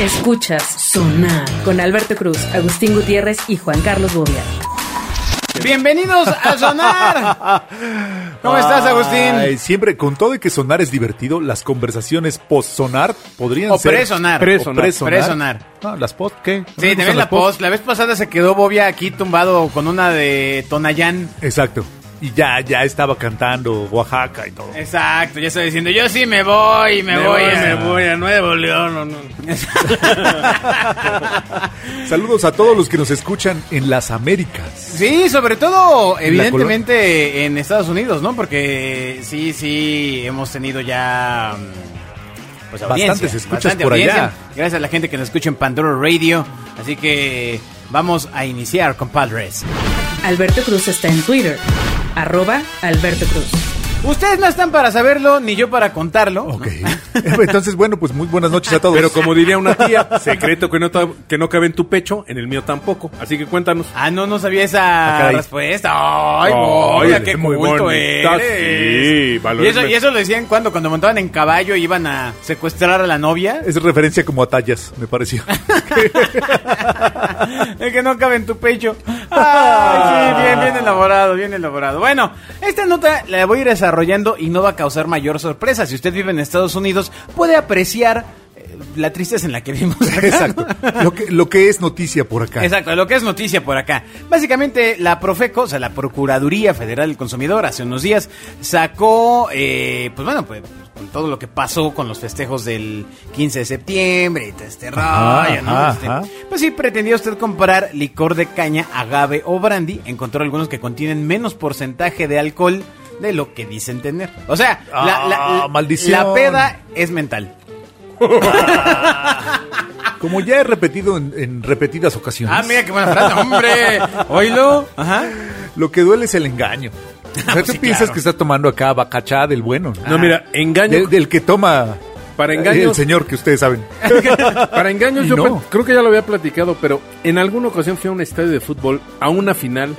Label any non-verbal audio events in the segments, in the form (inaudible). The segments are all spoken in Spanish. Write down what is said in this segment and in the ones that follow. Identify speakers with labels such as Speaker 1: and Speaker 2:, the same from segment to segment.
Speaker 1: Escuchas Sonar con Alberto Cruz, Agustín Gutiérrez y Juan Carlos Bobia.
Speaker 2: (laughs) Bienvenidos a Sonar. ¿Cómo estás, Agustín?
Speaker 3: Ay, siempre, con todo y que sonar es divertido, las conversaciones post-sonar podrían
Speaker 2: O
Speaker 3: ser...
Speaker 2: pre-sonar.
Speaker 3: Pre-sonar.
Speaker 2: O pre-sonar. Pre-sonar.
Speaker 3: No, las post, ¿qué? ¿No
Speaker 2: Sí,
Speaker 3: les
Speaker 2: también
Speaker 3: gustan
Speaker 2: la
Speaker 3: las post?
Speaker 2: post. La vez pasada se quedó Bobia aquí tumbado con una de Tonayán.
Speaker 3: Exacto. Y ya, ya estaba cantando Oaxaca y todo.
Speaker 2: Exacto, ya está diciendo, yo sí me voy, me, voy, a-
Speaker 4: a Nuevo León.
Speaker 3: Saludos a todos los que nos escuchan en las Américas.
Speaker 2: Sí, sobre todo,
Speaker 3: En la
Speaker 2: evidentemente, en Estados Unidos, ¿no? Porque sí, sí, hemos tenido ya... mm, Pues audiencia.
Speaker 3: Bastantes escuchas
Speaker 2: bastante
Speaker 3: por
Speaker 2: audiencia.
Speaker 3: allá.
Speaker 2: Gracias a la gente que nos escucha en Pandora Radio. Así que vamos a iniciar, compadres.
Speaker 1: Alberto Cruz está en Twitter, arroba Alberto Cruz.
Speaker 2: Ustedes no están para saberlo, ni yo para contarlo.
Speaker 3: Ok. (laughs) Entonces, bueno, pues muy buenas noches a todos.
Speaker 4: Pero como diría una tía, secreto que no, ta- que no cabe en tu pecho, en el mío tampoco. Así que cuéntanos.
Speaker 2: (laughs) Ah, no, no sabía
Speaker 3: Ah,
Speaker 2: esa
Speaker 3: caray.
Speaker 2: respuesta. Ay, mira,
Speaker 4: Órale,
Speaker 2: qué
Speaker 4: muy
Speaker 2: culto
Speaker 4: bonita,
Speaker 2: eres.
Speaker 4: Ah, sí, valores
Speaker 2: y, eso,
Speaker 4: me-
Speaker 2: y eso lo decían cuando, cuando montaban en caballo y iban a secuestrar a la
Speaker 3: (laughs)
Speaker 2: novia.
Speaker 3: Es referencia como a tallas, me
Speaker 2: (laughs)
Speaker 3: pareció.
Speaker 2: El que no cabe en tu pecho. Ay, sí, bien, bien elaborado, bien elaborado. Bueno, esta nota la voy a ir desarrollando y no va a causar mayor sorpresa. Si usted vive en Estados Unidos, puede apreciar eh, la tristeza en la que vivimos. acá.
Speaker 3: Exacto. Lo que, lo que es noticia por acá.
Speaker 2: Exacto, lo que es noticia por acá. Básicamente, la Profeco, o sea, la Procuraduría Federal del Consumidor, hace unos días sacó, eh, pues bueno, pues con todo lo que pasó con los festejos del 15 de septiembre y todo este
Speaker 3: Ajá,
Speaker 2: rollo, ¿no?
Speaker 3: ajá,
Speaker 2: Este,
Speaker 3: ajá.
Speaker 2: pues sí, pretendía usted comprar licor de caña, agave o brandy. Encontró algunos que contienen menos porcentaje de alcohol de lo que dicen tener. O sea, la- la,
Speaker 3: Ah,
Speaker 2: la-
Speaker 3: maldición.
Speaker 2: la peda es mental.
Speaker 3: Como ya he repetido en, en repetidas ocasiones,
Speaker 2: Ah, mira qué buena frase, (laughs)
Speaker 4: (laughs)
Speaker 2: hombre. Oilo. Ajá.
Speaker 3: Ah, lo que duele es
Speaker 2: (laughs)
Speaker 3: el engaño. O sea, tú
Speaker 2: Ah, pues sí,
Speaker 3: piensas
Speaker 2: claro.
Speaker 3: que estás tomando acá bacachá del bueno. ¿no?
Speaker 4: No, mira, engaño.
Speaker 3: Del, del que toma
Speaker 4: Para
Speaker 3: eh,
Speaker 4: engaños.
Speaker 3: el señor que ustedes saben.
Speaker 4: Para engaños,
Speaker 3: Y
Speaker 4: yo
Speaker 3: no.
Speaker 4: pla- creo que ya lo había platicado, pero en alguna ocasión fui a un estadio de fútbol, a una final.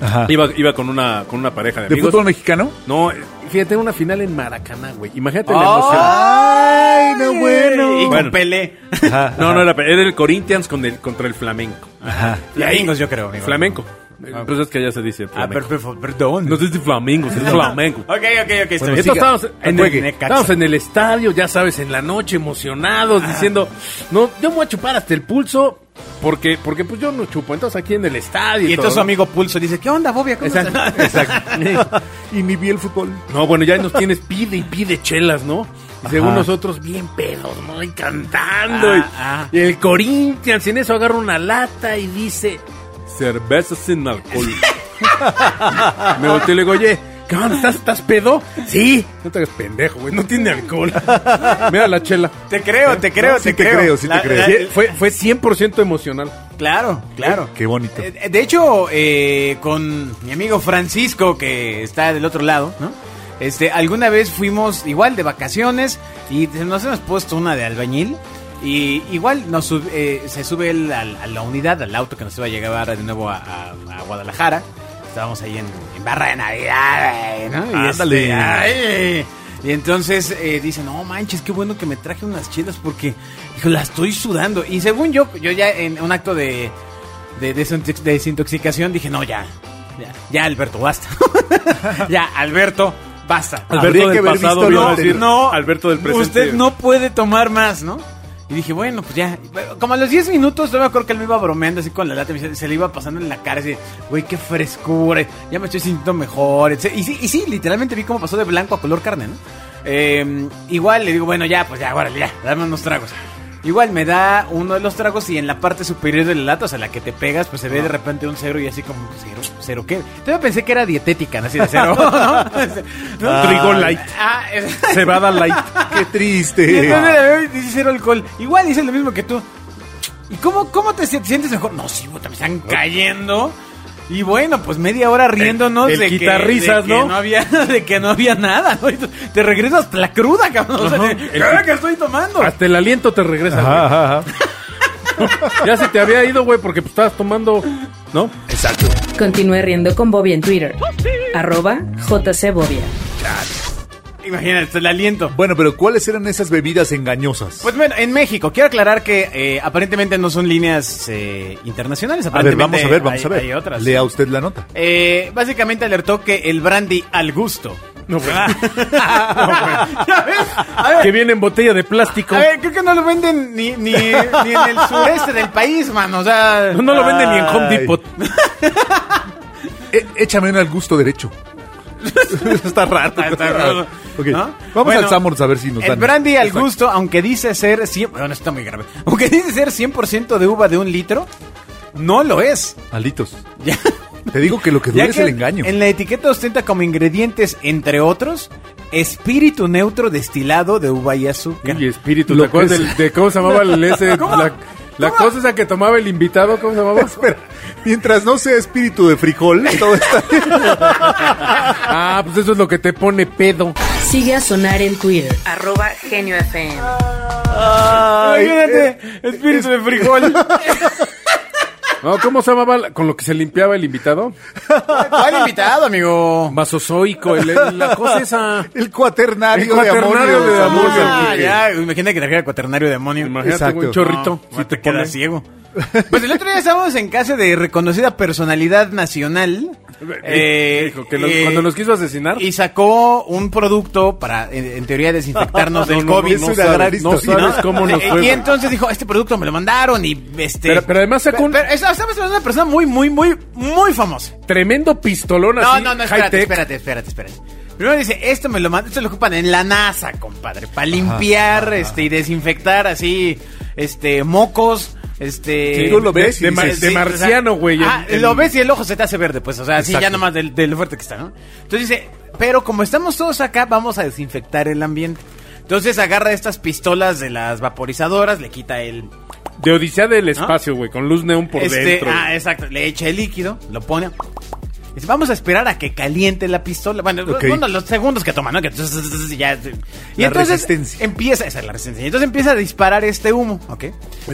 Speaker 3: Ajá.
Speaker 4: Iba, iba con, una, con una pareja de
Speaker 3: Ah. ¿De
Speaker 4: amigos.
Speaker 3: fútbol mexicano?
Speaker 4: No, eh, fíjate, una final en Maracaná, güey. Imagínate la emoción.
Speaker 2: Ah. ¡Ay,
Speaker 3: no, bueno.
Speaker 2: Y con
Speaker 4: Bueno.
Speaker 2: Pelé.
Speaker 3: Ajá,
Speaker 4: No,
Speaker 3: ajá.
Speaker 4: no, era, era el Corinthians con el, contra el Flamenco.
Speaker 3: Ajá.
Speaker 2: Flamingos, yo creo, amigo.
Speaker 4: Flamenco. Entonces es que allá se dice
Speaker 2: Ah,
Speaker 4: flamenco.
Speaker 2: perfecto, perdón.
Speaker 4: No se dice flamenco, se dice flamenco.
Speaker 2: Ok, ok, ok. está
Speaker 3: Bueno,
Speaker 2: bien.
Speaker 3: sí.
Speaker 4: Entonces
Speaker 3: siga.
Speaker 4: estábamos en, el,
Speaker 3: Juegue.
Speaker 4: estábamos en el estadio, ya sabes, en la noche, emocionados, diciendo, no, yo me voy a chupar hasta el pulso, porque, porque pues yo no chupo, entonces aquí en el estadio.
Speaker 2: Y entonces su
Speaker 4: todo, ¿no?
Speaker 2: amigo Pulso dice, ¿qué onda, Bobia? ¿Cómo
Speaker 4: Exacto,
Speaker 2: estás?"
Speaker 4: exacto.
Speaker 3: Y ni vi el fútbol.
Speaker 4: No, bueno, ya nos tienes, pide y pide chelas, ¿no? Y según
Speaker 3: Ajá.
Speaker 4: nosotros, bien pedos, ¿no? Y cantando. y-
Speaker 2: Ah, ah.
Speaker 4: y, el Corinthians, en eso agarra una lata y dice: Cerveza sin (laughs) alcohol. Me volteé y le digo, oye. ¿Qué onda? ¿Estás, estás pedo? Sí. No te hagas pendejo, güey. No tiene (laughs) alcohol. Mira la chela.
Speaker 2: Te creo, te creo,
Speaker 3: No, sí te creo, sí te creo.
Speaker 2: la-
Speaker 4: Fue, fue- fue 100% emocional.
Speaker 2: Claro, claro. (laughs)
Speaker 3: Qué bonito.
Speaker 2: Eh, eh, De hecho, eh, con mi amigo Francisco, que está del otro lado, ¿no? Este, alguna vez fuimos igual de vacaciones y te- nos hemos puesto una de albañil. Y igual nos sub- eh, se sube él al- a, la unidad, al auto que nos iba a llevar de nuevo a, a- a Guadalajara. Estábamos ahí en, en Barra de Navidad, eh, ¿no? Y
Speaker 3: Ándale.
Speaker 2: este, ay, y entonces eh, dice, no manches, qué bueno que me traje unas chelas porque hijo, la estoy sudando. Y según yo, yo ya en un acto de, de, desintox- desintoxicación dije, no, ya, ya, ya, Alberto, basta. (laughs) ya, Alberto, basta.
Speaker 4: Alberto
Speaker 3: Habría
Speaker 4: del
Speaker 3: que haber
Speaker 4: pasado
Speaker 3: visto lo
Speaker 4: vino a
Speaker 3: anterior.
Speaker 4: decir, Alberto del presente.
Speaker 2: Usted no puede tomar más, ¿no? Y dije, bueno, pues ya. Como a los 10 minutos, yo me acuerdo que él me iba bromeando así con la lata, me se, se le iba pasando en la cara, así, güey, qué frescura, ya me estoy sintiendo mejor. etc. Y sí, y sí, literalmente vi cómo pasó de blanco a color carne, ¿no? Eh, igual le digo, bueno, ya, pues ya, órale, ya, dame unos tragos. Igual me da uno de los tragos y en la parte superior de la lata, o sea, la que te pegas, pues se ve de repente un cero y así como, pues, ¿cero? ¿Cero qué? Yo pensé que era dietética, ¿no? así de cero, (laughs) ¿no? Este, ¿No?
Speaker 4: Trigo light.
Speaker 2: Ah, es-
Speaker 4: Cebada light.
Speaker 3: (laughs) Qué
Speaker 2: (laughs) y entonces la
Speaker 3: triste.
Speaker 2: bebé dice cero alcohol. Igual dice lo mismo que tú. ¿Y cómo, cómo te si- sientes mejor? No, sí, puta, me están cayendo. Y bueno, pues media hora riéndonos
Speaker 4: El- el
Speaker 2: de, que,
Speaker 4: quitar risas,
Speaker 2: de que
Speaker 4: ¿no?
Speaker 2: había, (laughs) de que no había nada. ¿no? Y tú- Te regresas hasta la cruda, cabrón. O sea,
Speaker 4: Ajá.
Speaker 2: de,
Speaker 4: El
Speaker 2: "¿Qué hora
Speaker 4: qui-
Speaker 2: que estoy tomando?
Speaker 3: Ah.
Speaker 4: Hasta el aliento te regresa.
Speaker 3: Ajá, ajá, ajá.
Speaker 4: güey. Ya se te había ido, güey, porque pues, estabas tomando, (laughs) ¿no?
Speaker 3: Exacto.
Speaker 1: Continúe riendo con Bobia en Twitter, arroba JC Bobia.
Speaker 2: Imagínate, el aliento.
Speaker 3: Bueno, pero ¿cuáles eran esas bebidas engañosas?
Speaker 2: Pues bueno, en México, quiero aclarar que eh, aparentemente no son líneas eh, internacionales.
Speaker 3: a ver, vamos
Speaker 2: aparentemente
Speaker 3: a ver, vamos
Speaker 2: hay-
Speaker 3: a ver.
Speaker 2: hay otras.
Speaker 3: Lea usted la nota.
Speaker 2: Eh, básicamente alertó que el brandy al
Speaker 3: (laughs)
Speaker 2: gusto.
Speaker 4: No, güey.
Speaker 2: (laughs) ¿Ya ves? A ver,
Speaker 4: Que viene en botella de plástico.
Speaker 2: a ver, creo que no lo venden ni, ni, ni en el sureste del país, mano. O sea,
Speaker 4: No lo venden ni en Home
Speaker 3: Ay.
Speaker 4: Depot.
Speaker 3: Eh, échame una al gusto derecho. Está raro.
Speaker 2: Ah. Está
Speaker 3: (laughs)
Speaker 2: raro.
Speaker 3: Ok,
Speaker 2: ¿No?
Speaker 3: Vamos
Speaker 2: Bueno,
Speaker 3: al Samors a ver si nos
Speaker 2: El
Speaker 3: dan.
Speaker 2: brandy al
Speaker 3: Exacto.
Speaker 2: gusto, aunque dice ser 100, bueno, esto está muy grave. Aunque dice ser 100% de uva de un litro, no lo es.
Speaker 3: Malditos.
Speaker 2: (laughs) Ya,
Speaker 3: Te digo que lo que
Speaker 2: ya
Speaker 3: duele es el engaño.
Speaker 2: En la etiqueta ostenta como ingredientes, entre otros, espíritu neutro destilado de uva y azúcar.
Speaker 4: Y espíritu,
Speaker 3: Lo
Speaker 4: ¿te acuerdas
Speaker 3: que es-
Speaker 4: del- de, cómo se llamaba el
Speaker 2: (laughs)
Speaker 4: ese?
Speaker 2: ¿Cómo?
Speaker 4: La, la cosa esa que tomaba el invitado, ¿cómo se llamaba?
Speaker 3: Espera, mientras no sea espíritu de (laughs) frijol, todo está bien.
Speaker 4: Ah, pues eso es lo que te pone pedo.
Speaker 1: Sigue a Sonar en Twitter, arroba Genio FM.
Speaker 3: eh,
Speaker 2: Imagínate, espíritu de (laughs) frijol.
Speaker 4: No, ¿Cómo se llamaba la- con lo que se limpiaba el invitado?
Speaker 2: ¿Cuál invitado, amigo?
Speaker 4: Masozoico, el- el- la cosa esa.
Speaker 3: El cuaternario,
Speaker 4: El cuaternario
Speaker 3: de
Speaker 4: de
Speaker 3: amonio.
Speaker 4: amonio.
Speaker 2: Ah,
Speaker 3: Porque-
Speaker 2: ya, imagínate que trajera cuaternario demonio.
Speaker 4: Imagínate,
Speaker 3: Exacto.
Speaker 4: güey, un chorrito.
Speaker 2: No,
Speaker 4: si
Speaker 2: te,
Speaker 4: te
Speaker 2: quedas
Speaker 4: pone-
Speaker 2: ciego. (laughs) Pues el otro día estábamos en casa de reconocida personalidad nacional. eh,
Speaker 4: Dijo que nos-
Speaker 2: eh,
Speaker 4: cuando nos quiso asesinar.
Speaker 2: Y sacó un producto para, en, en teoría,
Speaker 4: (laughs)
Speaker 2: desinfectarnos del
Speaker 4: No, no,
Speaker 2: COVID.
Speaker 3: es
Speaker 4: no
Speaker 3: una
Speaker 4: sabes,
Speaker 3: gran historia.
Speaker 4: No sabes cómo nos
Speaker 2: Eh, (laughs)
Speaker 4: fue.
Speaker 2: y
Speaker 4: güey.
Speaker 2: entonces dijo, este producto me lo mandaron y este...
Speaker 4: Pero- pero además sacó un-
Speaker 2: Pero- pero estamos hablando de una persona muy, muy, muy, muy famosa.
Speaker 4: Tremendo pistolón
Speaker 2: No,
Speaker 4: así.
Speaker 2: no, no,
Speaker 4: high
Speaker 2: espérate,
Speaker 4: tech.
Speaker 2: espérate, espérate, espérate. Primero dice, esto me lo mandan, esto lo ocupan en la NASA, compadre, para limpiar, este, y desinfectar así, este, mocos, este...
Speaker 3: Sí, tú lo ves y
Speaker 4: de, de mar-
Speaker 3: dices,
Speaker 4: de
Speaker 2: sí,
Speaker 4: marciano,
Speaker 2: o sea,
Speaker 4: güey.
Speaker 2: Ah,
Speaker 4: el-
Speaker 2: lo
Speaker 4: el-
Speaker 2: ves y el ojo se te hace verde, pues, o sea, así
Speaker 3: Exacto.
Speaker 2: ya nomás del, del fuerte que está, ¿no? Entonces dice, pero como estamos todos acá, vamos a desinfectar el ambiente. Entonces agarra estas pistolas de las vaporizadoras, le quita el,
Speaker 4: De Odisea del Espacio, güey, con luz neón por
Speaker 2: este,
Speaker 4: dentro.
Speaker 2: Ah,
Speaker 4: güey.
Speaker 2: exacto. Le echa el líquido, lo pone. Dice, vamos a esperar a que caliente la pistola. Bueno,
Speaker 3: Ok.
Speaker 2: bueno, los segundos que toma, ¿no? Que y ya- y
Speaker 3: La
Speaker 2: entonces
Speaker 3: resistencia.
Speaker 2: empieza, esa es la resistencia. Y entonces empieza a disparar este humo, ¿ok?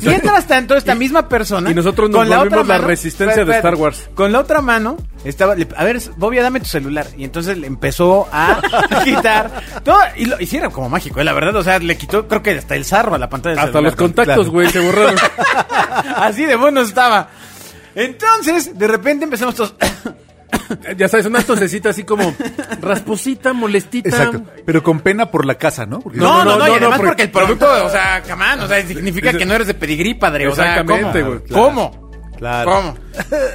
Speaker 2: Mientras tanto, esta misma persona.
Speaker 4: y nosotros nos volvimos la resistencia de Star Wars.
Speaker 2: Con la otra mano, estaba. le- a ver, Bobia, dame tu celular. Y entonces le empezó a
Speaker 4: (laughs)
Speaker 2: quitar todo. Y lo hicieron como mágico, eh, la verdad. O sea, le quitó, creo que hasta el sarro a la pantalla del
Speaker 4: Hasta
Speaker 2: celular.
Speaker 4: los contactos,
Speaker 3: claro.
Speaker 4: güey, se borraron.
Speaker 2: (laughs) Así de bueno estaba. Entonces, de repente empezamos
Speaker 4: (coughs)
Speaker 2: todos.
Speaker 4: (laughs) ya sabes, unas tosecitas así como rasposita, molestita.
Speaker 3: Exacto. Pero con pena por la casa, ¿no? Porque-
Speaker 2: No, no, no,
Speaker 4: no,
Speaker 2: y
Speaker 4: no,
Speaker 2: además
Speaker 4: porque-
Speaker 2: porque, el producto, o sea, camán, o sea, significa que no eres de pedigrí, padre. O sea, ¿cómo?
Speaker 4: Exactamente, güey, claro.
Speaker 2: ¿Cómo?
Speaker 3: Claro.
Speaker 2: ¿Cómo?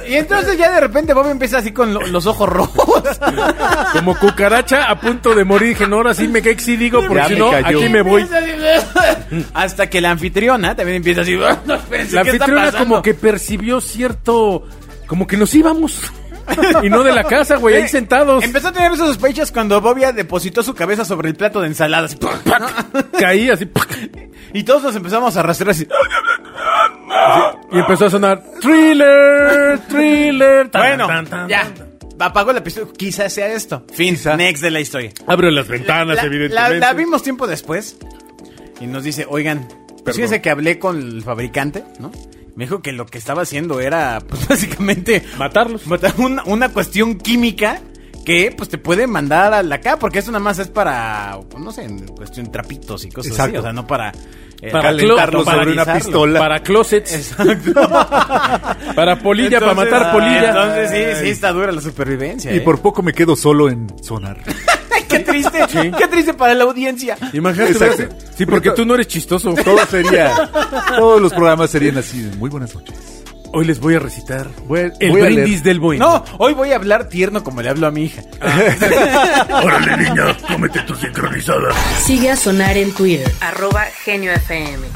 Speaker 2: Y entonces ya de repente Bob empieza así con lo- los ojos rojos. (laughs)
Speaker 4: Como cucaracha a punto de morir. Dije, no, ahora sí me cae, sí digo, porque
Speaker 3: Ya
Speaker 4: si
Speaker 3: me
Speaker 4: no,
Speaker 3: cayó.
Speaker 4: aquí me voy.
Speaker 2: Hasta que la anfitriona también empieza así. (laughs) "Ah, "No, espérense,
Speaker 4: La
Speaker 2: ¿qué está
Speaker 4: anfitriona
Speaker 2: pasando?"
Speaker 4: como que percibió cierto... Como que nos íbamos. (laughs) y no de la casa, güey, ahí
Speaker 2: Sí.
Speaker 4: sentados.
Speaker 2: Empezó a tener esas sospechas cuando Bobia depositó su cabeza sobre el plato de ensaladas.
Speaker 4: (laughs)
Speaker 2: (laughs)
Speaker 4: Caí así. ¡pac!
Speaker 2: Y todos nos empezamos a arrastrar así.
Speaker 4: Y empezó a sonar thriller, thriller. tan,
Speaker 2: Bueno,
Speaker 4: tan, tan,
Speaker 2: ya.
Speaker 4: tan, tan.
Speaker 2: Apagó la pistola. Quizás sea esto. Fin. Next de la historia.
Speaker 4: Abro las ventanas,
Speaker 2: La, la-
Speaker 4: evidentemente.
Speaker 2: la vimos tiempo después. Y nos dice, oigan, pues fíjense que hablé con el fabricante, ¿no? Me dijo que lo que estaba haciendo era, pues (laughs) básicamente...
Speaker 4: Matarlos.
Speaker 2: matar una, una cuestión química que, pues, te puede mandar a la acá. Porque eso nada más es para, pues, no sé, en cuestión trapitos y cosas así.
Speaker 3: Exacto.
Speaker 2: O sea, no para... eh,
Speaker 4: Para
Speaker 2: calentarlo
Speaker 4: clo- para
Speaker 2: sobre una
Speaker 3: guisarlo.
Speaker 2: pistola.
Speaker 3: la-
Speaker 4: Para closets.
Speaker 2: Exacto.
Speaker 4: (laughs) Para polilla, para
Speaker 2: Entonces- ah,
Speaker 4: matar polilla.
Speaker 2: Entonces sí, sí está dura la supervivencia.
Speaker 3: Y
Speaker 2: ¿eh?
Speaker 3: por poco me quedo solo en
Speaker 2: (laughs)
Speaker 3: sonar.
Speaker 2: Ay, qué triste, qué triste para la audiencia.
Speaker 4: Imagínate,
Speaker 3: Exacto.
Speaker 4: ¿verdad? sí, porque tú no eres
Speaker 2: (laughs)
Speaker 4: chistoso.
Speaker 3: Todo sería. Todos los programas serían así. de, Muy buenas noches.
Speaker 4: Hoy les voy a recitar
Speaker 3: Voy-
Speaker 4: el
Speaker 3: voy a leer.
Speaker 4: brindis del bueno.
Speaker 2: No, Ah, hoy voy a hablar tierno como le hablo a mi hija.
Speaker 5: Órale, niña, cómete tu sincronizada.
Speaker 1: Sigue a Sonar en Twitter, arroba Genio FM.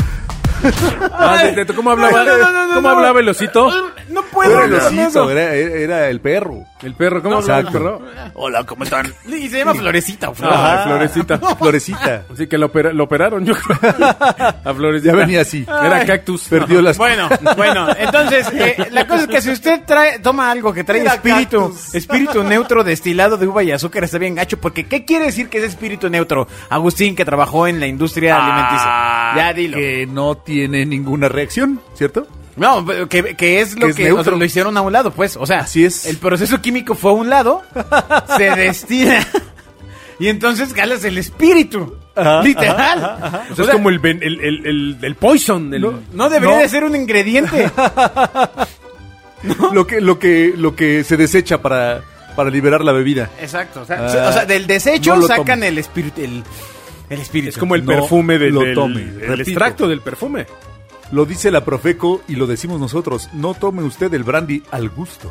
Speaker 4: Ah, ¿de- de- de- ¿Cómo hablaba,
Speaker 2: No, no, no, no,
Speaker 4: ¿cómo
Speaker 2: no.
Speaker 4: hablaba el osito?
Speaker 2: No
Speaker 3: Era
Speaker 2: puedo
Speaker 3: el
Speaker 2: hablar con eso.
Speaker 3: osito, era, era el perro.
Speaker 4: El perro, ¿cómo hablaba el
Speaker 3: Exacto.
Speaker 4: perro?
Speaker 5: Hola, ¿cómo están?
Speaker 2: Y se llama Florecita. o Flor.
Speaker 4: Ah, Florecita.
Speaker 3: Florecita.
Speaker 4: Así que lo, opera- lo operaron,
Speaker 2: (laughs)
Speaker 4: yo creo. A Florecita.
Speaker 3: Ya venía así.
Speaker 4: Era cactus.
Speaker 3: Perdió las.
Speaker 2: Bueno, bueno, entonces eh, la cosa es que si usted trae, toma algo que trae
Speaker 3: Era
Speaker 2: espíritu,
Speaker 3: cactus.
Speaker 2: espíritu neutro destilado de uva y azúcar está bien gacho, porque ¿qué quiere decir que es espíritu neutro? Agustín que trabajó en la industria
Speaker 3: Ah,
Speaker 2: alimenticia. Ya dilo.
Speaker 3: Que no tiene ninguna reacción, ¿cierto?
Speaker 2: No, pero que, que es lo
Speaker 3: Que
Speaker 2: que,
Speaker 3: es
Speaker 2: o sea,
Speaker 3: neutro.
Speaker 2: lo hicieron a un lado, pues. O sea,
Speaker 3: Así es. (laughs)
Speaker 2: El proceso químico fue a un lado, se destina. y entonces jalas el espíritu.
Speaker 4: Ajá,
Speaker 2: literal.
Speaker 4: O
Speaker 2: O
Speaker 4: sea,
Speaker 2: sea,
Speaker 4: es como el, ven- el, el, el, el poison. El,
Speaker 2: No debería de ser un
Speaker 3: (laughs)
Speaker 2: ingrediente.
Speaker 3: Lo que, lo que, lo que se desecha para, para liberar la bebida.
Speaker 2: Exacto. O sea,
Speaker 3: Ah,
Speaker 2: o sea, del desecho
Speaker 3: no lo
Speaker 2: sacan
Speaker 3: tomes.
Speaker 2: el espíritu. El, el espíritu.
Speaker 4: Es como el
Speaker 3: No
Speaker 4: perfume del,
Speaker 3: lo
Speaker 4: del-
Speaker 3: tome,
Speaker 4: el
Speaker 3: repito.
Speaker 4: extracto del perfume.
Speaker 3: Lo dice la Profeco y lo decimos nosotros. No tome usted el brandy al
Speaker 4: (laughs)
Speaker 3: gusto.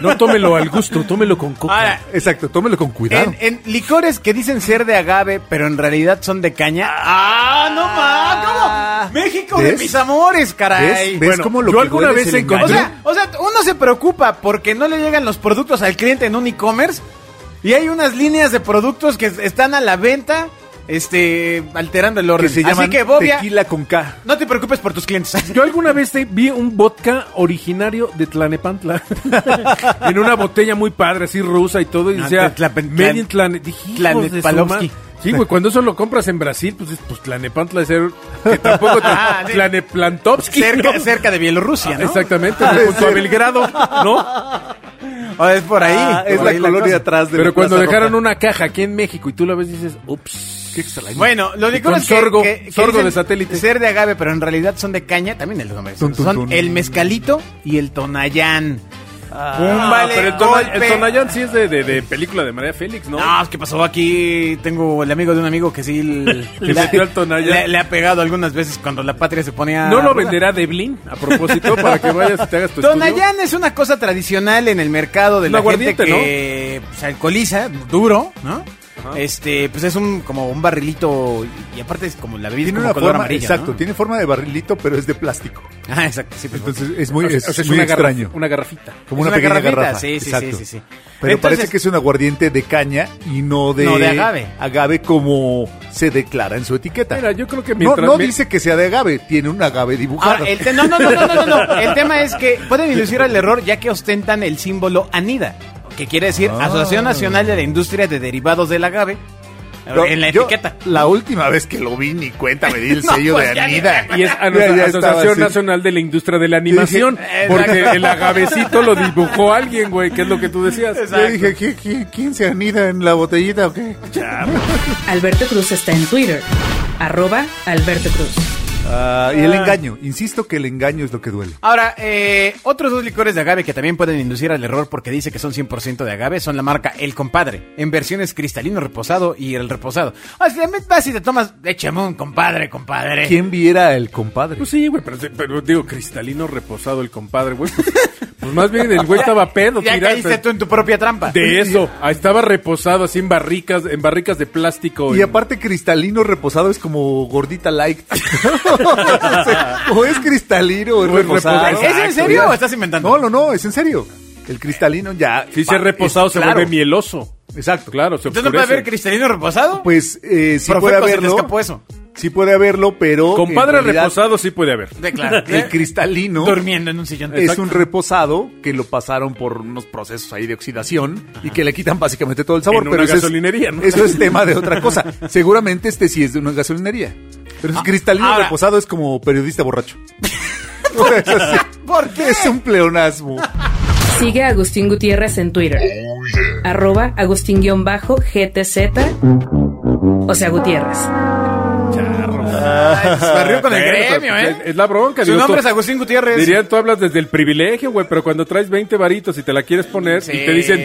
Speaker 4: No tómelo al gusto, tómelo con coca.
Speaker 2: Ahora,
Speaker 3: Exacto, tómelo con cuidado.
Speaker 2: en, en licores que dicen ser de agave, pero en realidad son de caña. ¡Ah, no más! ¿Cómo? ¡México de
Speaker 3: Ah. ¿Ves?
Speaker 2: mis amores, caray!
Speaker 3: ¿Ves? ¿Ves
Speaker 4: bueno,
Speaker 3: cómo lo
Speaker 4: yo
Speaker 3: que
Speaker 4: alguna
Speaker 3: duele
Speaker 4: vez
Speaker 3: es el
Speaker 4: encontré-
Speaker 2: O
Speaker 3: engaño?
Speaker 2: sea, o sea, uno se preocupa porque no le llegan los productos al cliente en un e-commerce y hay unas líneas de productos que están a la venta, este, alterando el orden.
Speaker 3: que se
Speaker 2: Así
Speaker 3: llaman
Speaker 2: que, Bobia,
Speaker 3: tequila con K.
Speaker 2: no te preocupes por tus
Speaker 3: (laughs)
Speaker 2: clientes.
Speaker 4: Yo alguna vez te- vi un vodka originario de Tlanepantla. (laughs) en una botella muy padre, así rusa y todo. Y
Speaker 3: Ah,
Speaker 2: No,
Speaker 4: decía,
Speaker 2: Tlapen-
Speaker 4: Made in Tlane... Dije, "Hijos de su
Speaker 2: Tlanepalowski".
Speaker 4: madre". Sí, güey, cuando eso lo compras en Brasil, pues, es- pues Tlanepantla es ser... Que tampoco...
Speaker 2: (laughs) Ah, sí.
Speaker 4: Tlaneplantovsky,
Speaker 2: cerca,
Speaker 4: ¿no?
Speaker 2: cerca de
Speaker 3: Ah,
Speaker 2: Bielorrusia, ¿no? Ah,
Speaker 4: Exactamente, güey, junto a Belgrado,
Speaker 2: (laughs)
Speaker 4: ¿no?
Speaker 2: O es por ahí.
Speaker 3: Ah, es
Speaker 2: por
Speaker 3: la
Speaker 2: ahí
Speaker 3: colonia
Speaker 2: cosa.
Speaker 3: atrás de
Speaker 4: Pero
Speaker 3: la
Speaker 4: cuando
Speaker 3: Plaza
Speaker 4: dejaron
Speaker 3: Roja.
Speaker 4: una caja aquí en México y tú la ves dices, ups, qué extraño.
Speaker 2: Bueno, lo
Speaker 4: Y con
Speaker 2: licores que,
Speaker 4: sorgo,
Speaker 2: que- que
Speaker 4: sorgo
Speaker 2: dicen
Speaker 4: de satélite.
Speaker 2: Ser de agave, pero en realidad son de caña, también el nombre.
Speaker 3: Tun, tun,
Speaker 2: son
Speaker 3: tun.
Speaker 2: el mezcalito y el tonayán.
Speaker 4: Ah,
Speaker 2: Un vale
Speaker 4: pero el, Tona- el
Speaker 2: golpe.
Speaker 4: Tonayán sí es de, de- de película de María Félix, ¿no?
Speaker 2: No, es que pasó aquí. Tengo el amigo de un amigo que sí
Speaker 4: (laughs)
Speaker 2: l-
Speaker 4: Le
Speaker 2: le,
Speaker 4: metió al Tonayán.
Speaker 2: le- le ha pegado algunas veces cuando la patria se ponía.
Speaker 4: No lo
Speaker 2: ruda.
Speaker 4: venderá Deblin, a propósito, para que vayas y te hagas tu estudio.
Speaker 2: Tonayán es una cosa tradicional en el mercado de
Speaker 4: Un
Speaker 2: la gente
Speaker 4: aguardiente,
Speaker 2: que se alcoholiza duro, ¿no? Este, pues es un como un barrilito y aparte es como la bebida
Speaker 3: Tiene
Speaker 2: es como
Speaker 3: una
Speaker 2: color
Speaker 3: forma,
Speaker 2: amarillo,
Speaker 3: exacto,
Speaker 2: ¿no?
Speaker 3: tiene forma de barrilito, pero es de plástico.
Speaker 2: Ah, exacto, sí, pues,
Speaker 3: Entonces es muy,
Speaker 4: O sea,
Speaker 3: es,
Speaker 4: o sea, es
Speaker 3: muy
Speaker 4: una garra-
Speaker 3: extraño.
Speaker 4: una garrafita.
Speaker 3: como
Speaker 2: es
Speaker 3: una,
Speaker 2: una
Speaker 3: pequeña
Speaker 2: garrafita,
Speaker 3: garrafa.
Speaker 2: sí, sí, sí,
Speaker 3: exacto.
Speaker 2: sí, sí.
Speaker 3: Pero
Speaker 2: Entonces-
Speaker 3: parece que es un aguardiente de caña y no de,
Speaker 2: No, de agave.
Speaker 3: agave como se declara en su etiqueta.
Speaker 4: Mira, yo creo que
Speaker 3: no,
Speaker 4: mientras...
Speaker 3: no
Speaker 4: me-
Speaker 3: dice que sea de agave, tiene un agave dibujado.
Speaker 2: Ahora, Ah, el te- no, no, no, no, no, no, no.
Speaker 3: (laughs)
Speaker 2: El tema es que pueden ilusionar el error ya que ostentan el símbolo ANIDA, que quiere decir
Speaker 3: Ah.
Speaker 2: Asociación Nacional de la Industria de Derivados del Agave,
Speaker 3: No,
Speaker 2: en la
Speaker 3: yo
Speaker 2: etiqueta.
Speaker 3: La última vez que lo vi, ni cuenta, me di el
Speaker 2: (laughs) No,
Speaker 3: sello
Speaker 2: pues,
Speaker 3: de
Speaker 2: ya ni-
Speaker 3: Anida.
Speaker 2: (laughs)
Speaker 4: Y es
Speaker 3: (laughs)
Speaker 4: a
Speaker 3: Ya,
Speaker 4: nuestra
Speaker 3: ya estaba
Speaker 4: Asociación
Speaker 3: así.
Speaker 4: Nacional de la Industria de la Animación,
Speaker 3: (laughs)
Speaker 2: Dije,
Speaker 4: porque
Speaker 2: exacto.
Speaker 4: el agavecito lo dibujó alguien, güey, que es lo que tú decías.
Speaker 3: Yo dije, ¿qui- qui- ¿quién se anida en la botellita
Speaker 2: (laughs)
Speaker 3: o qué?
Speaker 1: Alberto Cruz está en Twitter, arroba Alberto Cruz.
Speaker 3: Ah, y el engaño, insisto que el engaño es lo que duele.
Speaker 2: Ahora, eh, otros dos licores de agave que también pueden inducir al error porque dice que son 100% de agave son la marca El Compadre, en versiones cristalino reposado y el reposado. O sea, vas y te tomas, échame un compadre, compadre.
Speaker 3: ¿Quién viera el compadre?
Speaker 4: Pues sí, güey, pero, pero digo, cristalino reposado el compadre, güey. Pues, pues más bien el güey estaba pedo,
Speaker 2: Ya
Speaker 4: tirado,
Speaker 2: caíste
Speaker 4: pero-
Speaker 2: tú en tu propia trampa.
Speaker 4: De eso, ah, estaba reposado así en barricas, en barricas de plástico.
Speaker 3: Y
Speaker 4: en-
Speaker 3: aparte cristalino reposado es como gordita light. (laughs) O sea, o es cristalino o es
Speaker 4: O es
Speaker 3: reposado.
Speaker 4: reposado.
Speaker 2: ¿Es en serio o estás inventando?
Speaker 3: No, no, no, es en serio. El cristalino ya...
Speaker 4: si se ha
Speaker 3: pa-
Speaker 4: reposado
Speaker 3: es
Speaker 4: se
Speaker 3: claro.
Speaker 4: vuelve mieloso.
Speaker 3: Exacto.
Speaker 4: Claro, se
Speaker 2: ¿Entonces no puede
Speaker 4: oscurece.
Speaker 2: haber cristalino reposado?
Speaker 3: Pues eh, sí
Speaker 2: Profeco,
Speaker 3: puede
Speaker 2: se te
Speaker 3: haberlo.
Speaker 2: escapó eso.
Speaker 3: Sí puede haberlo, pero...
Speaker 4: Compadre
Speaker 3: en realidad,
Speaker 4: reposado ¿eh? sí puede haber.
Speaker 2: (laughs) De claro.
Speaker 3: El cristalino...
Speaker 2: Durmiendo en un sillón.
Speaker 3: Es un reposado que lo pasaron por unos procesos ahí de oxidación y que le quitan básicamente todo el sabor.
Speaker 4: En
Speaker 3: pero
Speaker 4: una
Speaker 3: eso es-
Speaker 4: gasolinería, ¿no?
Speaker 3: Eso es tema de
Speaker 4: (laughs)
Speaker 3: otra cosa. Seguramente este sí es de una gasolinería. Pero
Speaker 4: Ah,
Speaker 3: es cristalino
Speaker 2: ahora-
Speaker 3: reposado es como periodista
Speaker 4: (laughs)
Speaker 3: borracho. (laughs) O sea, eso sí.
Speaker 2: ¿Por qué?
Speaker 3: Es un pleonasmo.
Speaker 4: Ah,
Speaker 1: Sigue a Agustín Gutiérrez en Twitter, arroba Agustín-GTZ, o sea Gutiérrez.
Speaker 2: (laughs) Ay, Se barrió con el
Speaker 4: Bueno,
Speaker 2: gremio,
Speaker 4: pero,
Speaker 2: ¿eh?
Speaker 4: pues, Es la bronca.
Speaker 2: Su
Speaker 4: digo,
Speaker 2: nombre es
Speaker 4: tú-
Speaker 2: Agustín Gutiérrez.
Speaker 4: Dirían, tú hablas desde el privilegio, güey, pero cuando traes 20 varitos y te la quieres poner
Speaker 2: Sí.
Speaker 4: y te dicen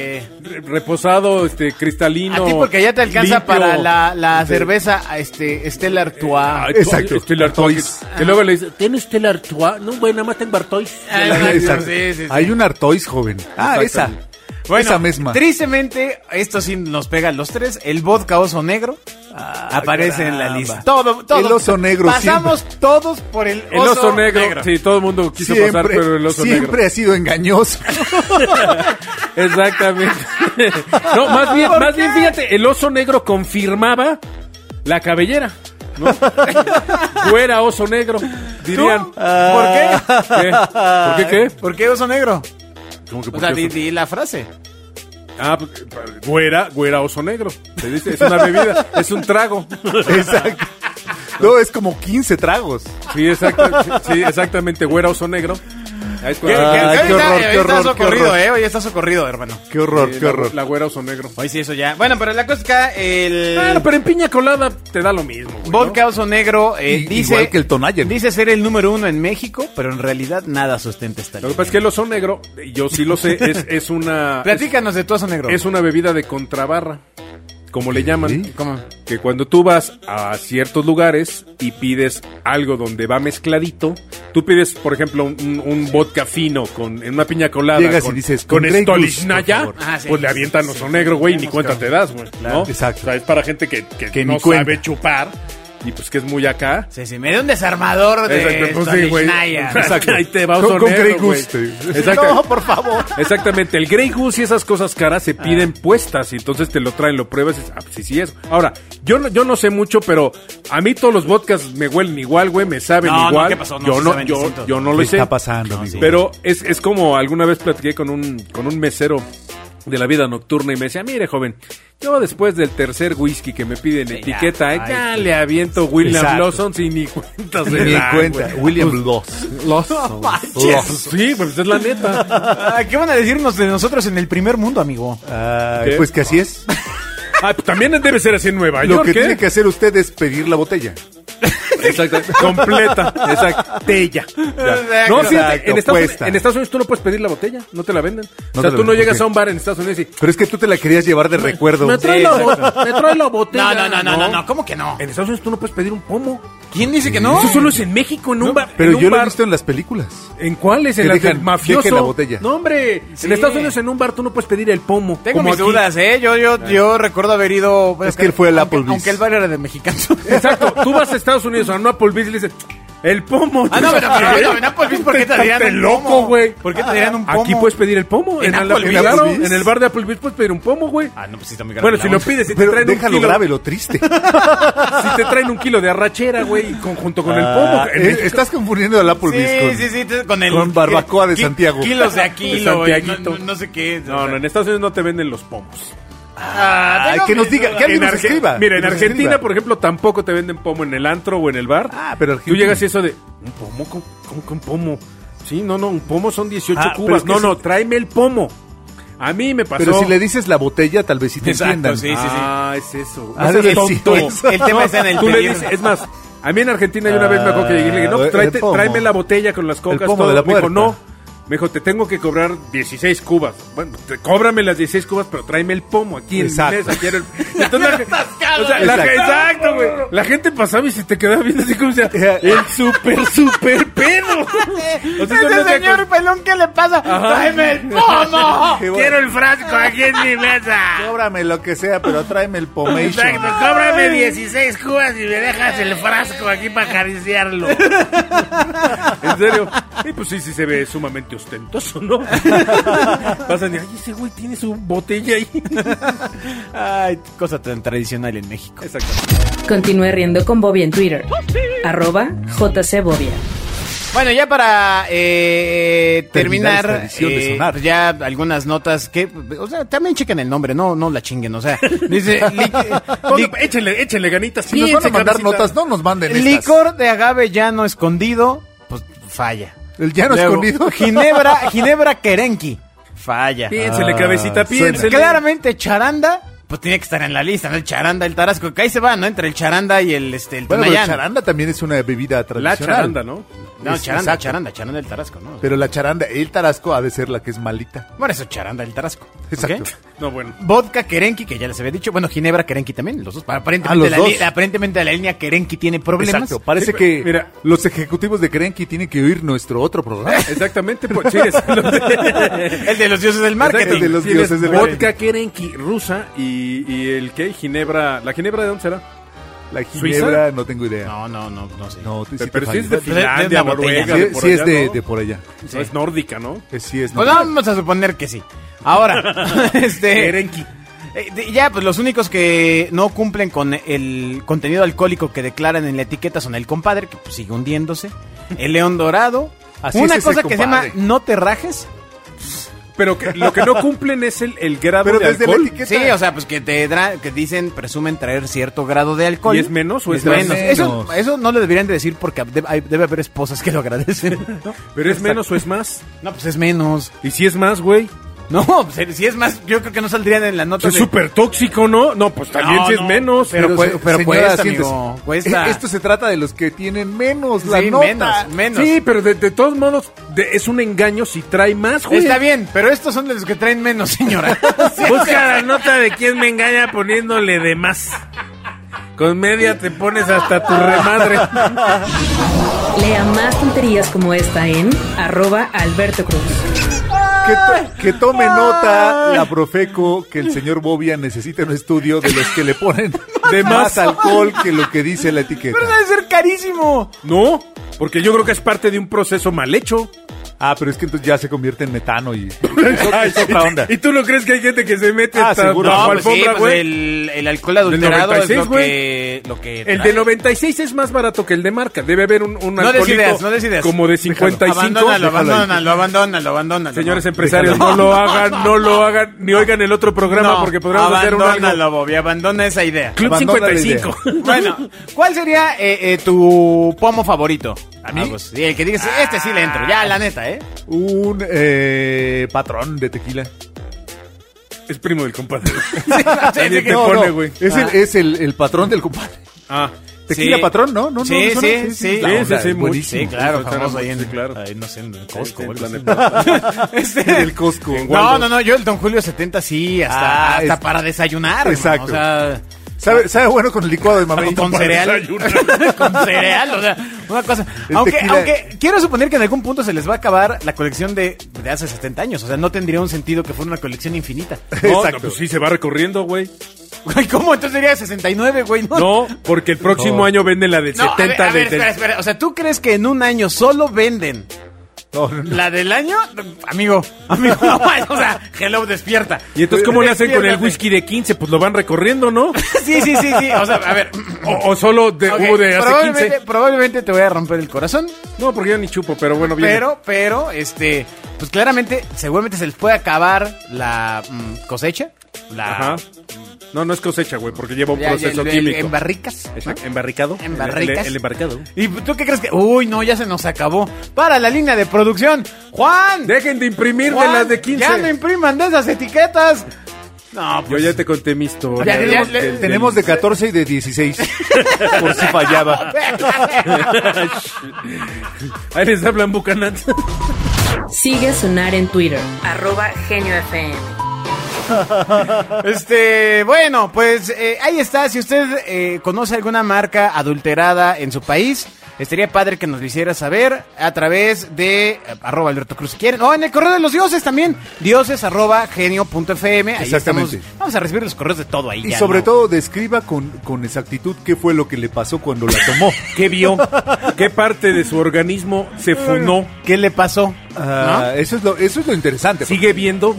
Speaker 4: re- reposado, este, cristalino.
Speaker 2: a ti porque ya te alcanza
Speaker 4: limpio.
Speaker 2: para la, la cerveza este, Estela Artois.
Speaker 4: Ay,
Speaker 3: Exacto.
Speaker 4: Estela Artois.
Speaker 3: Artois.
Speaker 4: Que luego le dice, ¿tiene Estela Artois? No, güey, nada más tengo Artois.
Speaker 2: Ah,
Speaker 3: Exacto.
Speaker 2: sí, sí, sí.
Speaker 3: Hay un Artois joven. Ah, esa.
Speaker 4: Exacto.
Speaker 2: Bueno,
Speaker 3: esa misma.
Speaker 2: Tristemente, esto sí nos pega a los tres. El vodka oso negro aparece en la
Speaker 3: caramba.
Speaker 2: lista. Todo, todo.
Speaker 3: El oso negro
Speaker 2: Pasamos todos por el oso,
Speaker 4: El oso, negro. Sí, todo el mundo quiso
Speaker 3: Siempre,
Speaker 4: pasar, pero el oso
Speaker 3: siempre
Speaker 4: negro.
Speaker 3: ha sido
Speaker 4: (laughs)
Speaker 3: engañoso.
Speaker 4: Exactamente. (laughs) no, más bien,
Speaker 2: ¿Por
Speaker 4: más
Speaker 2: qué?
Speaker 4: bien, fíjate, el oso negro confirmaba la cabellera. ¿no?
Speaker 3: (laughs)
Speaker 4: Fuera oso negro, dirían.
Speaker 2: ¿Tú? ¿Por qué?
Speaker 3: Ah. (laughs)
Speaker 4: ¿Qué? ¿Por qué qué?
Speaker 2: ¿Por qué oso negro?
Speaker 4: ¿Cómo que
Speaker 2: O
Speaker 4: por
Speaker 2: sea,
Speaker 4: qué
Speaker 2: di,
Speaker 4: oso-
Speaker 2: di la frase.
Speaker 4: Ah, pues, güera, güera oso negro. Se dice, es una bebida, es un trago.
Speaker 3: Exacto. No, es como 15 tragos.
Speaker 4: Sí, exacta- sí, exactamente, güera oso negro. Ahí es
Speaker 2: Que- que-
Speaker 4: cuando-
Speaker 2: que
Speaker 3: Ay,
Speaker 2: ahorita-
Speaker 3: qué horror, qué
Speaker 2: ahorita
Speaker 3: horror,
Speaker 2: está
Speaker 3: qué
Speaker 2: socorrido,
Speaker 3: horror.
Speaker 2: eh. Hoy está socorrido, hermano.
Speaker 3: Qué horror,
Speaker 4: Sí,
Speaker 3: qué
Speaker 4: la-
Speaker 3: horror.
Speaker 4: La güera oso negro.
Speaker 2: Hoy sí, eso ya. Bueno, pero la cosa es que el.
Speaker 4: Bueno, Ah, pero en piña colada te da lo mismo, güey. ¿no?
Speaker 2: Vodka Oso Negro eh,
Speaker 3: Y-
Speaker 2: dice,
Speaker 3: igual que el Tonayan.
Speaker 2: dice ser el número uno en México, pero en realidad nada sustenta esta
Speaker 4: Lo que
Speaker 2: línea.
Speaker 4: pasa es que el oso negro, y yo sí lo sé, es, es una.
Speaker 2: Platícanos de tu Oso Negro.
Speaker 4: Es una bebida de contrabarra, como le llaman.
Speaker 3: ¿Sí?
Speaker 2: ¿Cómo?
Speaker 4: Que cuando tú vas a ciertos lugares y pides algo donde va mezcladito, tú pides, por ejemplo, un, un vodka fino con en una piña colada.
Speaker 3: Llegas y
Speaker 4: con,
Speaker 3: dices,
Speaker 4: con
Speaker 3: con Grey Goose,
Speaker 4: Stolichnaya,
Speaker 3: por favor.
Speaker 2: Ah, sí.
Speaker 4: pues le avientan oso negro, güey, y ni cuenta te das, güey. ¿no?
Speaker 3: Exacto.
Speaker 4: O sea, es para gente que, que
Speaker 3: Que
Speaker 4: no
Speaker 3: ni cuenta.
Speaker 4: sabe chupar y pues que es muy acá.
Speaker 2: Sí, sí, me dio un desarmador de
Speaker 4: Exacto, pues sí, güey.
Speaker 2: Stolichnaya.
Speaker 4: (laughs) Exacto. Ahí te va
Speaker 3: Con-
Speaker 4: oso
Speaker 3: con
Speaker 4: negro,
Speaker 3: Grey
Speaker 4: güey.
Speaker 3: Goose, sí.
Speaker 4: Exacto.
Speaker 2: por favor.
Speaker 4: Exactamente, el Grey Goose y esas cosas caras se
Speaker 2: Ah.
Speaker 4: piden puestas y entonces te lo traen, lo pruebas y dices, ah, pues sí, sí es. Ahora, yo no, yo no sé mucho, pero a mí todos los vodkas me huelen igual, güey, me saben
Speaker 2: No, no,
Speaker 4: igual.
Speaker 2: ¿qué pasó? No,
Speaker 4: yo
Speaker 2: sí
Speaker 4: no,
Speaker 2: saben
Speaker 4: yo,
Speaker 2: distinto.
Speaker 4: yo no lo
Speaker 3: ¿Qué
Speaker 4: sé.
Speaker 3: está pasando, amigo?
Speaker 4: Pero es, es como alguna vez platiqué con un, con un mesero de la vida nocturna y me decía, mire joven, yo después del tercer whisky que me piden
Speaker 2: Sí, ya.
Speaker 4: etiqueta, eh,
Speaker 2: Ay,
Speaker 4: ya
Speaker 2: sí.
Speaker 4: le aviento William
Speaker 3: Exacto.
Speaker 4: Lawson sin ni
Speaker 3: (laughs)
Speaker 4: cuentas de
Speaker 3: Ni
Speaker 4: edad,
Speaker 3: cuenta.
Speaker 4: güey".
Speaker 3: William Loss. Loss.
Speaker 4: Pues, Sí, pues es la neta.
Speaker 2: Ah, ¿Qué van a decirnos de nosotros en el primer mundo, amigo?
Speaker 3: Ah,
Speaker 4: ¿Qué?
Speaker 3: pues que así es.
Speaker 4: Ah, pues también debe ser así en Nueva
Speaker 3: Lo
Speaker 4: York.
Speaker 3: que
Speaker 4: ¿eh?
Speaker 3: tiene que hacer usted es pedir la botella.
Speaker 4: Exacto. (laughs) Completa. Exacto. Bella. No,
Speaker 2: Exacto.
Speaker 4: fíjate, en Estados,
Speaker 3: Puesta.
Speaker 4: en Estados Unidos tú no puedes pedir la botella, no te la venden.
Speaker 3: No
Speaker 4: o sea,
Speaker 3: te la
Speaker 4: tú no
Speaker 3: venden,
Speaker 4: llegas
Speaker 3: ok.
Speaker 4: a un bar en Estados Unidos y...
Speaker 3: Pero es que tú te la querías llevar de recuerdo.
Speaker 4: Me trae,
Speaker 2: Sí,
Speaker 4: la,
Speaker 2: exacto.
Speaker 4: bo- me trae la
Speaker 2: No,
Speaker 4: botella.
Speaker 2: no, no, no, no, no, ¿cómo que no?
Speaker 4: En Estados Unidos tú no puedes pedir un pomo.
Speaker 2: ¿Quién dice que no?
Speaker 4: Eso solo es en México, en un bar. en
Speaker 3: Pero
Speaker 4: un
Speaker 3: yo lo he
Speaker 4: bar-
Speaker 3: visto en las películas.
Speaker 4: ¿En cuáles? ¿En
Speaker 3: Que
Speaker 4: las del
Speaker 3: dejan-
Speaker 4: mafioso?
Speaker 3: deje la botella.
Speaker 4: No, hombre.
Speaker 2: Sí.
Speaker 4: En Estados Unidos en un bar tú no puedes pedir el pomo.
Speaker 2: Tengo
Speaker 4: como
Speaker 2: mis
Speaker 4: aquí.
Speaker 2: dudas, ¿eh? Yo, yo, yo recuerdo haber ido...
Speaker 3: Es que él fue al
Speaker 2: aunque-
Speaker 3: Applebee's.
Speaker 2: Aunque el bar era de mexicanos.
Speaker 4: Exacto. Tú vas a Estados Unidos a un Applebee's y le dices... El pomo.
Speaker 2: Ah, no,
Speaker 4: (laughs)
Speaker 2: pero, pero,
Speaker 4: ¿Qué?
Speaker 2: pero en Applebee's, ¿por qué te
Speaker 4: Estás
Speaker 2: darían
Speaker 4: de
Speaker 2: un
Speaker 4: loco,
Speaker 2: pomo?
Speaker 4: güey?
Speaker 2: ¿Por qué te darían un
Speaker 4: Aquí
Speaker 2: pomo?
Speaker 4: puedes pedir el pomo.
Speaker 2: ¿En
Speaker 4: En, Applebee's,
Speaker 2: Applebee's?
Speaker 4: claro,
Speaker 3: ¿Applebee's?
Speaker 4: en el bar de Applebee's puedes pedir un pomo, güey.
Speaker 2: Ah, no, pues sí, está muy grave
Speaker 4: bueno,
Speaker 2: la
Speaker 4: si lo
Speaker 2: onda.
Speaker 4: pides, si te
Speaker 3: Pero
Speaker 4: traen un
Speaker 3: déjalo
Speaker 4: kilo.
Speaker 3: grave, lo
Speaker 4: (laughs)
Speaker 3: triste.
Speaker 4: Si te traen un kilo de arrachera, güey, con- junto con el pomo.
Speaker 3: Ah,
Speaker 4: En
Speaker 3: eh,
Speaker 4: México-
Speaker 3: Estás confundiendo al Applebee's
Speaker 2: Sí,
Speaker 3: con...
Speaker 2: sí, sí, te- con el...
Speaker 3: con barbacoa de
Speaker 2: qui-
Speaker 3: Santiago.
Speaker 2: Kilos de aquí,
Speaker 4: De
Speaker 2: lo- no,
Speaker 4: Santiaguito.
Speaker 2: no- no sé qué. o
Speaker 4: No,
Speaker 2: sea.
Speaker 4: no, en Estados Unidos no te venden los pomos.
Speaker 2: Ah,
Speaker 3: Ay,
Speaker 2: tengo
Speaker 3: que nos
Speaker 2: mis
Speaker 3: diga,
Speaker 2: dudas.
Speaker 3: que alguien
Speaker 4: En
Speaker 3: nos
Speaker 4: Arge-
Speaker 3: escriba.
Speaker 4: Mira,
Speaker 3: que
Speaker 4: en
Speaker 3: nos
Speaker 4: Argentina,
Speaker 3: escriba.
Speaker 4: por ejemplo, tampoco te venden pomo en el antro o en el bar.
Speaker 3: Ah, pero
Speaker 4: Tú
Speaker 3: Argentina.
Speaker 4: llegas y eso de, ¿un pomo? ¿Cómo, cómo que un pomo? Sí, no, no, un pomo son 18
Speaker 2: Ah, pero es
Speaker 4: cubas.
Speaker 2: que
Speaker 4: No,
Speaker 2: eso-
Speaker 4: no, tráeme el pomo. A mí me pasó.
Speaker 3: Pero si le dices la botella, tal vez sí te
Speaker 2: Exacto,
Speaker 3: entiendan.
Speaker 2: sí.
Speaker 4: Ah, es eso.
Speaker 3: Ah,
Speaker 4: No seas
Speaker 3: bien,
Speaker 4: tonto.
Speaker 3: sí, pues.
Speaker 2: El tema está en el
Speaker 4: Tú le
Speaker 2: pedir.
Speaker 4: dices, es más, a mí en Argentina yo una vez me acuerdo que llegué y le dije, no, pues,
Speaker 3: Ah,
Speaker 4: tráete-
Speaker 3: el pomo.
Speaker 4: tráeme la botella con las cocas.
Speaker 3: El pomo
Speaker 4: todo.
Speaker 3: de la
Speaker 4: me dijo,
Speaker 3: puerta.
Speaker 4: no. Me dijo, te tengo que cobrar 16 cubas. Bueno, te- cóbrame las 16 cubas, pero tráeme el pomo aquí en
Speaker 3: Exacto.
Speaker 4: mi mesa. Quiero el...
Speaker 2: (laughs)
Speaker 4: Entonces, la,
Speaker 2: Atascado.
Speaker 4: o sea, la-
Speaker 3: Exacto.
Speaker 4: exacto, güey. La gente pasaba y se te quedaba viendo así como decía,
Speaker 3: (laughs)
Speaker 4: el super, super
Speaker 2: (laughs)
Speaker 4: pedo. O
Speaker 2: Ese
Speaker 4: sea, son las
Speaker 2: señor pelón, ¿qué le pasa? ¡Tráeme el pomo!
Speaker 3: Ah, Qué bueno.
Speaker 5: el frasco aquí en mi mesa.
Speaker 3: Cóbrame lo que sea, pero tráeme el pomation.
Speaker 5: cóbrame 16 cubas y me dejas el frasco aquí para acariciarlo.
Speaker 4: En serio. Y pues sí, sí se ve sumamente
Speaker 3: (laughs)
Speaker 4: ostentoso, ¿no? Pasan y, ay, ese güey tiene su botella ahí.
Speaker 2: Ay, cosa tan tradicional en México.
Speaker 4: Exacto.
Speaker 1: Continúe riendo con Bobby en Twitter. Arroba JCBobia.
Speaker 2: Bueno, ya para eh,
Speaker 3: Terminar
Speaker 2: terminar,
Speaker 3: esta edición de
Speaker 2: eh,
Speaker 3: Sonar.
Speaker 2: ya algunas notas que, o sea, también chequen el nombre, no, no la chinguen, o sea, dice li- li-
Speaker 4: échenle, échenle ganitas.
Speaker 3: Si nos van a mandar notas, no nos manden estas.
Speaker 2: licor de agave llano escondido, pues falla.
Speaker 3: El llano
Speaker 2: Luego,
Speaker 3: escondido.
Speaker 2: Ginebra, Ginebra Kerenki, falla.
Speaker 4: Piénsele,
Speaker 3: Ah,
Speaker 4: cabecita,
Speaker 3: suena.
Speaker 4: piénsele.
Speaker 2: Claramente charanda, pues tiene que estar en la lista, ¿no? El charanda, el tarasco, que ahí se va, ¿no? Entre el charanda y el, este, el
Speaker 3: (laughs) Bueno, pero
Speaker 2: tonayán.
Speaker 3: el charanda también es una bebida
Speaker 4: La
Speaker 3: tradicional.
Speaker 4: charanda, ¿no?
Speaker 2: No,
Speaker 3: Es-
Speaker 2: charanda,
Speaker 3: exacto.
Speaker 2: charanda, charanda el tarasco, ¿no?
Speaker 3: Pero la charanda, el tarasco ha de ser la que es malita.
Speaker 2: Bueno, eso charanda el tarasco. ¿ok?
Speaker 3: Exacto.
Speaker 4: No, bueno.
Speaker 2: Vodka Kerenki, que ya les había dicho. Bueno, Ginebra Kerenki también, los dos. Aparentemente,
Speaker 3: Ah, los
Speaker 2: la,
Speaker 3: dos.
Speaker 2: li- aparentemente la línea Kerenki tiene problemas.
Speaker 3: Exacto. Parece
Speaker 4: Sí,
Speaker 3: que
Speaker 4: mira.
Speaker 3: los ejecutivos de Crenky tienen que oír nuestro otro programa.
Speaker 4: (laughs) Exactamente, pues sí, es lo
Speaker 3: (laughs)
Speaker 4: de-
Speaker 2: (laughs) El de los dioses del marketing.
Speaker 3: el de los
Speaker 4: Tienes
Speaker 3: dioses del
Speaker 4: Vodka Kerenki rusa y, y el que Ginebra. ¿La Ginebra de dónde será?
Speaker 3: La
Speaker 4: ¿Suiza?
Speaker 3: ginebra, no tengo idea.
Speaker 2: No, no, no, no sé.
Speaker 3: No, te- sí
Speaker 4: Pero,
Speaker 3: te falla.
Speaker 4: sí es de
Speaker 2: Pues es- es
Speaker 4: Finlandia,
Speaker 2: una botella.
Speaker 4: Noruega.
Speaker 2: Sí,
Speaker 4: de
Speaker 3: Sí,
Speaker 4: por
Speaker 3: sí es
Speaker 4: allá,
Speaker 3: de,
Speaker 4: ¿no?
Speaker 3: de por allá.
Speaker 4: No, es nórdica, ¿no?
Speaker 3: Eh, Sí es.
Speaker 2: Pues
Speaker 3: no.
Speaker 2: vamos a suponer que sí. Ahora, (laughs) este.
Speaker 4: Kerenki.
Speaker 2: eh, de- Ya, pues los únicos que no cumplen con el contenido alcohólico que declaran en la etiqueta son el compadre, que pues, sigue hundiéndose. El león dorado.
Speaker 3: Así
Speaker 2: una
Speaker 3: es ese
Speaker 2: cosa que se llama
Speaker 3: compadre.
Speaker 2: no te rajes.
Speaker 4: pero que, lo que no cumplen es el, el grado
Speaker 3: Pero
Speaker 4: de
Speaker 3: desde la
Speaker 4: alcohol.
Speaker 3: etiqueta- ¿Qué
Speaker 2: Sí,
Speaker 3: tal?
Speaker 2: o sea, pues que te tra- que dicen, presumen traer cierto grado de alcohol.
Speaker 4: ¿Y es menos o es más?
Speaker 2: menos? Eso, eso no lo deberían de decir porque de- hay- debe haber esposas que lo
Speaker 4: (laughs)
Speaker 2: agradecen. ¿no?
Speaker 4: Pero es menos o es más.
Speaker 2: No, pues es menos.
Speaker 4: Y si es más, güey.
Speaker 2: No, pues, si es más, yo creo que no saldrían en la nota.
Speaker 4: Es
Speaker 2: de-
Speaker 4: súper tóxico, ¿no? No, pues también
Speaker 2: No,
Speaker 4: si es
Speaker 2: no,
Speaker 4: menos.
Speaker 2: pero
Speaker 4: Pero,
Speaker 2: pues-
Speaker 3: se-
Speaker 2: pero
Speaker 3: señora,
Speaker 2: cuesta,
Speaker 3: siéntese.
Speaker 2: amigo, cuesta.
Speaker 3: Eh, Esto se trata de los que tienen menos la
Speaker 2: Sí,
Speaker 3: nota.
Speaker 2: menos, menos.
Speaker 4: Sí, pero de, de todos modos de- es un engaño si trae más, güey.
Speaker 2: Está bien, pero estos son de los que traen menos,
Speaker 4: (laughs)
Speaker 2: señora.
Speaker 5: Busca la nota de quién me engaña poniéndole de más.
Speaker 4: Con media te pones hasta tu remadre.
Speaker 1: Lea más tonterías como esta en arroba Alberto Cruz.
Speaker 3: Que, to- que tome nota la Profeco que el señor Bobia necesita un estudio de los que
Speaker 2: (laughs)
Speaker 3: le ponen de más alcohol que lo que dice la etiqueta.
Speaker 2: pero debe ser carísimo.
Speaker 4: No, porque yo creo que es parte de un proceso mal hecho.
Speaker 3: Ah, pero es que entonces ya se convierte en metano y es,
Speaker 4: Ah,
Speaker 3: otra- es otra onda.
Speaker 4: ¿Y tú no crees que hay gente que se mete
Speaker 3: Ah,
Speaker 4: hasta
Speaker 3: seguro.
Speaker 4: bajo
Speaker 3: No,
Speaker 2: pues sí,
Speaker 4: alfombra,
Speaker 2: pues
Speaker 4: güey?
Speaker 2: el, el alcohol adulterado es
Speaker 4: 96,
Speaker 2: lo que, lo que trae.
Speaker 4: El de 96 es más barato que el de marca. Debe haber un, un
Speaker 2: No des
Speaker 4: alcohólico
Speaker 2: ideas, no des ideas.
Speaker 4: como de 55.
Speaker 2: Abandónalo,
Speaker 4: Déjalo ahí.
Speaker 2: abandónalo, abandónalo, abandónalo.
Speaker 4: Señores empresarios, no
Speaker 2: (laughs)
Speaker 4: lo hagan, no lo hagan, ni oigan el otro programa
Speaker 2: No,
Speaker 4: porque podremos hacer un algo.
Speaker 2: Abandónalo, Bobby, abandona esa idea.
Speaker 4: Club
Speaker 3: Abandona la
Speaker 4: 55.
Speaker 2: Bueno, ¿cuál sería eh, eh, tu pomo favorito?
Speaker 3: ¿A mí?
Speaker 2: Ah, pues, sí, el que digas, este sí le entro, ya, la neta, ¿eh?
Speaker 3: Un eh, patrón de tequila.
Speaker 4: (laughs) Es primo del compadre.
Speaker 2: (laughs) sí,
Speaker 4: También
Speaker 2: que-
Speaker 4: te
Speaker 2: no, Ah.
Speaker 4: pone,
Speaker 3: no,
Speaker 4: güey.
Speaker 2: (laughs)
Speaker 3: Es, el, es el, el patrón del compadre.
Speaker 4: Ah,
Speaker 3: Tequila
Speaker 2: Sí.
Speaker 3: patrón, ¿no? No, no,
Speaker 2: sí,
Speaker 3: ¿no suena?
Speaker 2: sí, sí, sí,
Speaker 3: la onda,
Speaker 4: sí,
Speaker 3: es
Speaker 4: mucho.
Speaker 3: buenísimo.
Speaker 2: Sí, claro,
Speaker 4: Sí,
Speaker 2: famoso ahí en,
Speaker 4: sí, claro.
Speaker 2: ahí, no sé, en el Costco.
Speaker 4: en
Speaker 2: o algo así. Este-
Speaker 3: En
Speaker 2: (laughs)
Speaker 3: el Costco.
Speaker 2: no, no, no, yo el Don Julio 70 sí, hasta,
Speaker 3: Ah,
Speaker 2: hasta
Speaker 3: es-
Speaker 2: para desayunar.
Speaker 3: Exacto.
Speaker 2: hermano,
Speaker 3: ¿Sabe, sabe bueno con el licuado de
Speaker 2: o sea,
Speaker 3: mamey.
Speaker 2: Ah. con cereal. (laughs) con cereal, o sea, una cosa.
Speaker 3: El
Speaker 2: Aunque,
Speaker 3: tequila-
Speaker 2: aunque quiero suponer que en algún punto se les va a acabar la colección de, de hace 70 años. O sea, no tendría un sentido que fuera una colección infinita.
Speaker 4: No,
Speaker 3: Exacto.
Speaker 4: no, pues sí, se va recorriendo, güey.
Speaker 2: Pues- Güey, ¿cómo? Entonces sería 69, güey. No,
Speaker 4: No, porque el próximo
Speaker 3: No.
Speaker 4: año venden la de
Speaker 2: No, a
Speaker 4: 70
Speaker 2: ver, a
Speaker 4: de-
Speaker 2: ver,
Speaker 4: de-
Speaker 2: espera, espera. O sea, ¿tú crees que en un año solo venden
Speaker 3: No, no, no.
Speaker 2: la del año? Amigo, amigo, (laughs) no, o sea, hello, despierta.
Speaker 4: ¿Y entonces cómo le hacen con el
Speaker 2: Despiértate.
Speaker 4: whisky de 15? Pues lo van recorriendo, ¿no? (laughs)
Speaker 2: Sí, sí, sí, sí. O sea, a ver.
Speaker 4: O, o solo de,
Speaker 2: (laughs)
Speaker 4: (laughs)
Speaker 2: ok,
Speaker 4: hubo de hace
Speaker 2: probablemente,
Speaker 4: 15.
Speaker 2: probablemente te voy a romper el corazón,
Speaker 4: No, porque yo ni chupo, pero bueno, bien.
Speaker 2: pero, pero, este, pues claramente, seguramente se les puede acabar la mm, cosecha, la
Speaker 4: Ajá. No, no es cosecha, güey, porque lleva un
Speaker 2: ya- ya-
Speaker 4: proceso
Speaker 2: el- el-
Speaker 4: químico.
Speaker 2: en barricas. ¿no?
Speaker 4: Exacto, ¿Embarricado?
Speaker 2: En barricas.
Speaker 4: El, el embarcado.
Speaker 2: ¿Y tú qué crees que? Uy, no, ya se nos acabó. Para la línea de producción, Juan.
Speaker 4: Dejen de imprimir de
Speaker 2: Juan,
Speaker 4: las de 15.
Speaker 2: Ya no impriman de esas
Speaker 4: (laughs)
Speaker 2: etiquetas. No,
Speaker 4: Yo
Speaker 2: pues.
Speaker 4: ya te conté mi
Speaker 2: Ya,
Speaker 4: historia.
Speaker 2: ya,
Speaker 4: Tenemos-
Speaker 2: le-
Speaker 4: del-
Speaker 3: Tenemos de 14 y
Speaker 2: (laughs)
Speaker 3: de 16. Por si fallaba.
Speaker 4: Ahí les hablan Bucanat.
Speaker 1: Sigue a Sonar en Twitter, arroba Genio FM.
Speaker 2: Este, bueno, pues eh, ahí está. Si usted eh, conoce alguna marca adulterada en su país, estaría padre que nos lo hiciera saber a través de eh, arroba Alberto Cruz si quieren. O en el correo de los dioses también, dioses arroba genio.fm. Ahí
Speaker 3: Exactamente.
Speaker 2: estamos. Vamos a recibir los correos de todo ahí.
Speaker 3: Y
Speaker 2: ya,
Speaker 3: sobre
Speaker 2: ¿no?
Speaker 3: todo, describa con, con exactitud qué fue lo que le pasó cuando la tomó.
Speaker 4: ¿Qué vio? ¿Qué parte de su organismo se funó?
Speaker 2: ¿Qué le pasó?
Speaker 3: Ah, eso, es lo, eso es lo interesante.
Speaker 4: ¿Sigue viendo?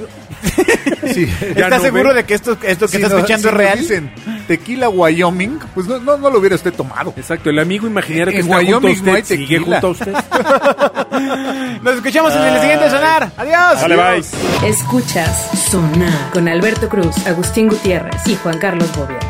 Speaker 2: (laughs)
Speaker 3: Sí.
Speaker 4: Ya
Speaker 2: ¿Estás
Speaker 4: no
Speaker 2: seguro
Speaker 4: ve.
Speaker 2: de que esto, esto que
Speaker 3: Si
Speaker 2: está
Speaker 3: no-
Speaker 2: escuchando
Speaker 3: si
Speaker 2: es
Speaker 3: nos
Speaker 2: real?
Speaker 3: dicen tequila Wyoming, pues no, no, no lo hubiera usted tomado.
Speaker 4: Exacto, el amigo imaginario que
Speaker 3: En
Speaker 4: está junto a
Speaker 3: Wyoming no hay
Speaker 4: usted sigue
Speaker 3: tequila.
Speaker 4: junto a usted.
Speaker 2: Nos escuchamos en el siguiente sonar. Adiós.
Speaker 4: bye.
Speaker 1: Escuchas Sonar con Alberto Cruz, Agustín Gutiérrez y Juan Carlos Bobia.